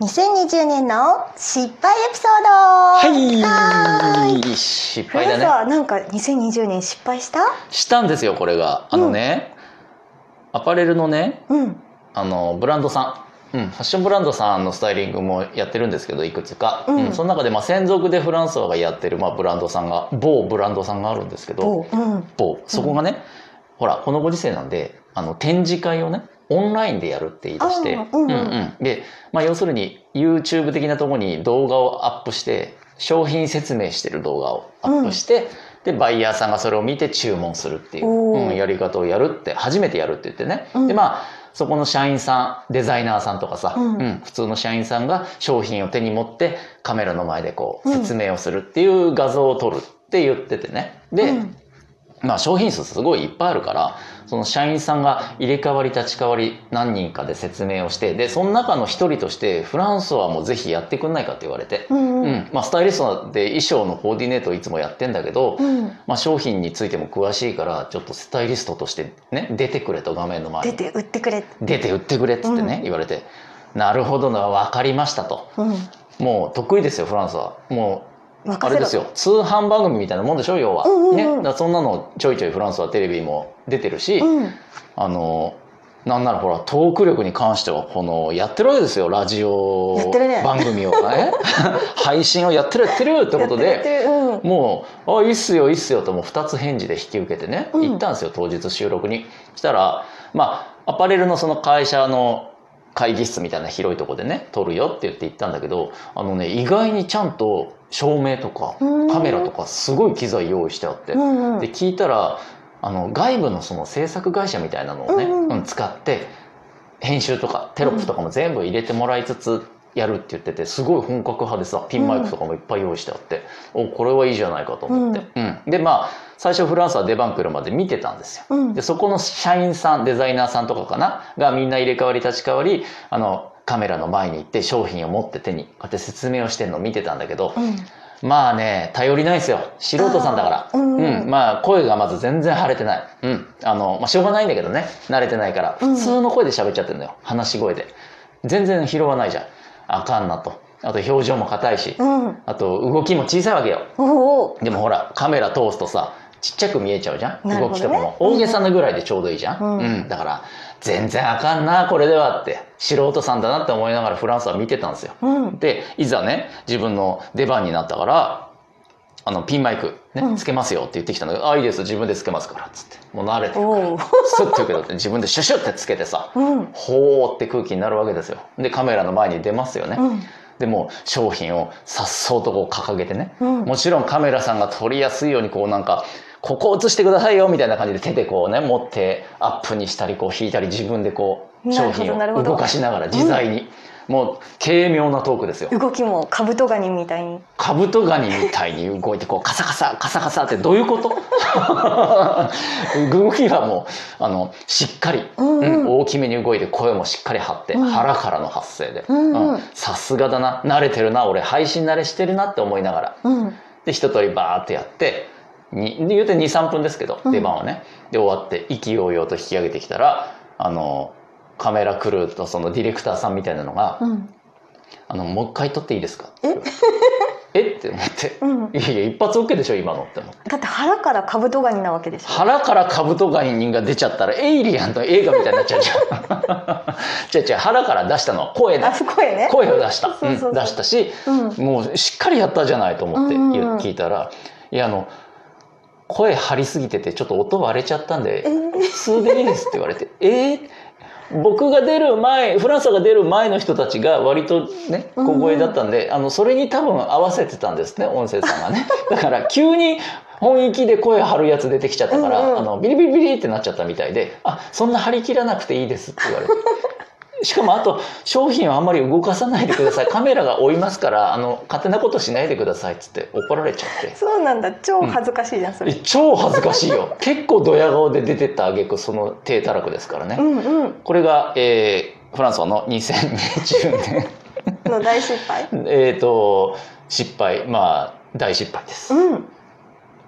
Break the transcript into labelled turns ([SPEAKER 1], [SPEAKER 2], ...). [SPEAKER 1] 2020年の失敗エピソード
[SPEAKER 2] は
[SPEAKER 1] ー
[SPEAKER 2] い失
[SPEAKER 1] これ
[SPEAKER 2] 敗だ
[SPEAKER 1] さ、
[SPEAKER 2] ね
[SPEAKER 1] なんか2020年失敗した
[SPEAKER 2] したんですよこれがあのね、アパレルのね
[SPEAKER 1] うん
[SPEAKER 2] あのブランドさん、うん、ファッションブランドさんのスタイリングもやってるんですけどいくつか、
[SPEAKER 1] うん
[SPEAKER 2] うんその中でまあ専属でフランスワがやってる、まあ、ブランドさんが某ブランドさんがあるんですけど
[SPEAKER 1] おうん
[SPEAKER 2] 某そこがね、ほらこのご時世なんであの展示会をねオンラインでやるって言い出して、
[SPEAKER 1] あーうんうん
[SPEAKER 2] で、まあ、要するに YouTube 的なところに動画をアップして商品説明してる動画をアップして、でバイヤーさんがそれを見て注文するっていう、
[SPEAKER 1] おー
[SPEAKER 2] うんやり方をやるって初めてやるって言ってね、
[SPEAKER 1] うん
[SPEAKER 2] でまあそこの社員さんデザイナーさんとかさ、
[SPEAKER 1] うん
[SPEAKER 2] うん普通の社員さんが商品を手に持ってカメラの前でこう
[SPEAKER 1] うん
[SPEAKER 2] 説明をするっていう画像を撮るって言っててねで、
[SPEAKER 1] うん
[SPEAKER 2] まあ、商品数すごいいっぱいあるからその社員さんが入れ替わり立ち替わり何人かで説明をしてでその中の一人としてフランソワもぜひやってくんないかって言われて、
[SPEAKER 1] うんう
[SPEAKER 2] う
[SPEAKER 1] ん
[SPEAKER 2] んまあ、スタイリストで衣装のコーディネートをいつもやってんだけど、
[SPEAKER 1] うん
[SPEAKER 2] まあ、商品についても詳しいからちょっとスタイリストとしてね出てくれと画面の前
[SPEAKER 1] 出
[SPEAKER 2] に
[SPEAKER 1] て売ってくれ
[SPEAKER 2] 出て売ってくれっつってね、
[SPEAKER 1] うん
[SPEAKER 2] 言われてなるほどな分かりましたと
[SPEAKER 1] うん
[SPEAKER 2] もう得意ですよフランソワもうあ
[SPEAKER 1] 任
[SPEAKER 2] れ
[SPEAKER 1] せ
[SPEAKER 2] で
[SPEAKER 1] ろ
[SPEAKER 2] すよ通販番組みたいなもんでしょ要は、
[SPEAKER 1] うんうんうん
[SPEAKER 2] ね、だからそんなのちょいちょいフランスはテレビも出てるし、
[SPEAKER 1] うん
[SPEAKER 2] あのなんならほらトーク力に関してはこのやってるわけですよラジオ
[SPEAKER 1] やってるね
[SPEAKER 2] 番組を、ね、 配信をやってるやってるってこと
[SPEAKER 1] やってる
[SPEAKER 2] で
[SPEAKER 1] やってる
[SPEAKER 2] もう「あいいっすよいいっすよ」ともう2つ返事で引き受けてね
[SPEAKER 1] うん
[SPEAKER 2] 行ったんですよ当日収録に。したらまあアパレルのその会社の会議室みたいな広いとこでね撮るよって言って行ったんだけどあのね意外にちゃんと照明とか
[SPEAKER 1] うん
[SPEAKER 2] カメラとかすごい機材用意してあって
[SPEAKER 1] うんうんうん
[SPEAKER 2] で聞いたらあの外部のその制作会社みたいなのをね、
[SPEAKER 1] うんうん
[SPEAKER 2] うん使って編集とかテロップとかも全部入れてもらいつつやるって言っててすごい本格派でさピンマイクとかもいっぱい用意してあって、おこれはいいじゃないかと思って、うんでまあ最初フランスは出番来るまで見てたんですよ。
[SPEAKER 1] うん
[SPEAKER 2] でそこの社員さんデザイナーさんとかかながみんな入れ替わり立ち替わりあのカメラの前に行って商品を持って手にこうやって説明をしてるのを見てたんだけど、
[SPEAKER 1] うん
[SPEAKER 2] まあね頼りないですよ素人さんだから
[SPEAKER 1] あーうんうん
[SPEAKER 2] まあ声がまず全然晴れてないうんあの、まあ、しょうがないんだけどね慣れてないから
[SPEAKER 1] うん
[SPEAKER 2] 普通の声で喋っちゃってるのよ、話し声で全然拾わないじゃんあかんなとあと表情も硬いし、
[SPEAKER 1] うん
[SPEAKER 2] あと動きも小さいわけよ
[SPEAKER 1] おお
[SPEAKER 2] でもほらカメラ通すとさちっちゃく見えちゃうじゃん、
[SPEAKER 1] なる
[SPEAKER 2] 動
[SPEAKER 1] ほどね
[SPEAKER 2] きとかも大げさなぐらいでちょうどいいじゃん、
[SPEAKER 1] うん
[SPEAKER 2] だから全然あかんなこれではって素人さんだなって思いながらフランスは見てたんですよ
[SPEAKER 1] うん
[SPEAKER 2] でいざね自分の出番になったからあのピンマイク、ね
[SPEAKER 1] うん
[SPEAKER 2] つけますよって言ってきたんだけど「あいいです自分でつけますから」っつってもう慣れて
[SPEAKER 1] お
[SPEAKER 2] る
[SPEAKER 1] お
[SPEAKER 2] スッと受け取って自分でシュシュってつけてさ
[SPEAKER 1] うん
[SPEAKER 2] ほーって空気になるわけですよでカメラの前に出ますよね、
[SPEAKER 1] うん
[SPEAKER 2] でもう商品をさっそうとこう掲げてね、
[SPEAKER 1] うん
[SPEAKER 2] もちろんカメラさんが撮りやすいようにこうなんかここ映してくださいよみたいな感じで手でこうね持ってアップにしたりこう引いたり自分でこう
[SPEAKER 1] なる
[SPEAKER 2] 商
[SPEAKER 1] ほど
[SPEAKER 2] 品
[SPEAKER 1] なる
[SPEAKER 2] を
[SPEAKER 1] ほど
[SPEAKER 2] 動かしながら自在に、もう軽妙なトークですよ
[SPEAKER 1] 動きもカブトガニみたいに
[SPEAKER 2] カブトガニみたいに動いてこうカサカサカサカサってどういうこと 動きがもうあのしっかり、
[SPEAKER 1] うんうん
[SPEAKER 2] うん大きめに動いて声もしっかり張って、
[SPEAKER 1] うん
[SPEAKER 2] 腹からの発声で、
[SPEAKER 1] うんうん
[SPEAKER 2] さすがだな慣れてるな俺配信慣れしてるなって思いながら
[SPEAKER 1] うん
[SPEAKER 2] で一通りバーってやってに言うて23分ですけど、
[SPEAKER 1] うん
[SPEAKER 2] 出番はねで終わって意気揚々と引き上げてきたらあのカメラクルーとそのディレクターさんみたいなのが「
[SPEAKER 1] うん
[SPEAKER 2] あのもう一回撮っていいですか?」
[SPEAKER 1] え
[SPEAKER 2] えって思って。
[SPEAKER 1] うん
[SPEAKER 2] いやいや一発 OK でしょ今のって思って
[SPEAKER 1] だって腹からカブトガニなわけでしょ
[SPEAKER 2] 腹からカブトガニが出ちゃったらエイリアンの映画みたいになっちゃうじゃん 違う違う腹から出したのは声
[SPEAKER 1] あ
[SPEAKER 2] だ
[SPEAKER 1] そこへね
[SPEAKER 2] 声を出した
[SPEAKER 1] そうそうそう
[SPEAKER 2] うん出したし
[SPEAKER 1] うん
[SPEAKER 2] もうしっかりやったじゃないと思って
[SPEAKER 1] うんうんうん
[SPEAKER 2] 聞いたら「いやあの声張りすぎててちょっと音割れちゃったんで
[SPEAKER 1] えー
[SPEAKER 2] 普通でいいです」って言われて「えー僕が出る前フランスが出る前の人たちが割とね
[SPEAKER 1] うんう
[SPEAKER 2] 小
[SPEAKER 1] ん
[SPEAKER 2] 声だったんで、あのそれに多分合わせてたんですね音声さんがね だから急に本域で声張るやつ出てきちゃったから、
[SPEAKER 1] うんうん
[SPEAKER 2] あのビリビリビリってなっちゃったみたいで「あそんな張り切らなくていいです」って言われ て。しかもあと商品をあんまり動かさないでくださいカメラが追いますからあの勝手なことしないでくださいっつって怒られちゃって
[SPEAKER 1] そうなんだ超恥ずかしいじゃんそ
[SPEAKER 2] え
[SPEAKER 1] れ
[SPEAKER 2] 超恥ずかしいよ 結構ドヤ顔で出てった挙句その低たらくですからね、
[SPEAKER 1] うんうん
[SPEAKER 2] これが、えーフランスの2020
[SPEAKER 1] の大失敗
[SPEAKER 2] 年えっと失敗まあ大失敗です、
[SPEAKER 1] うん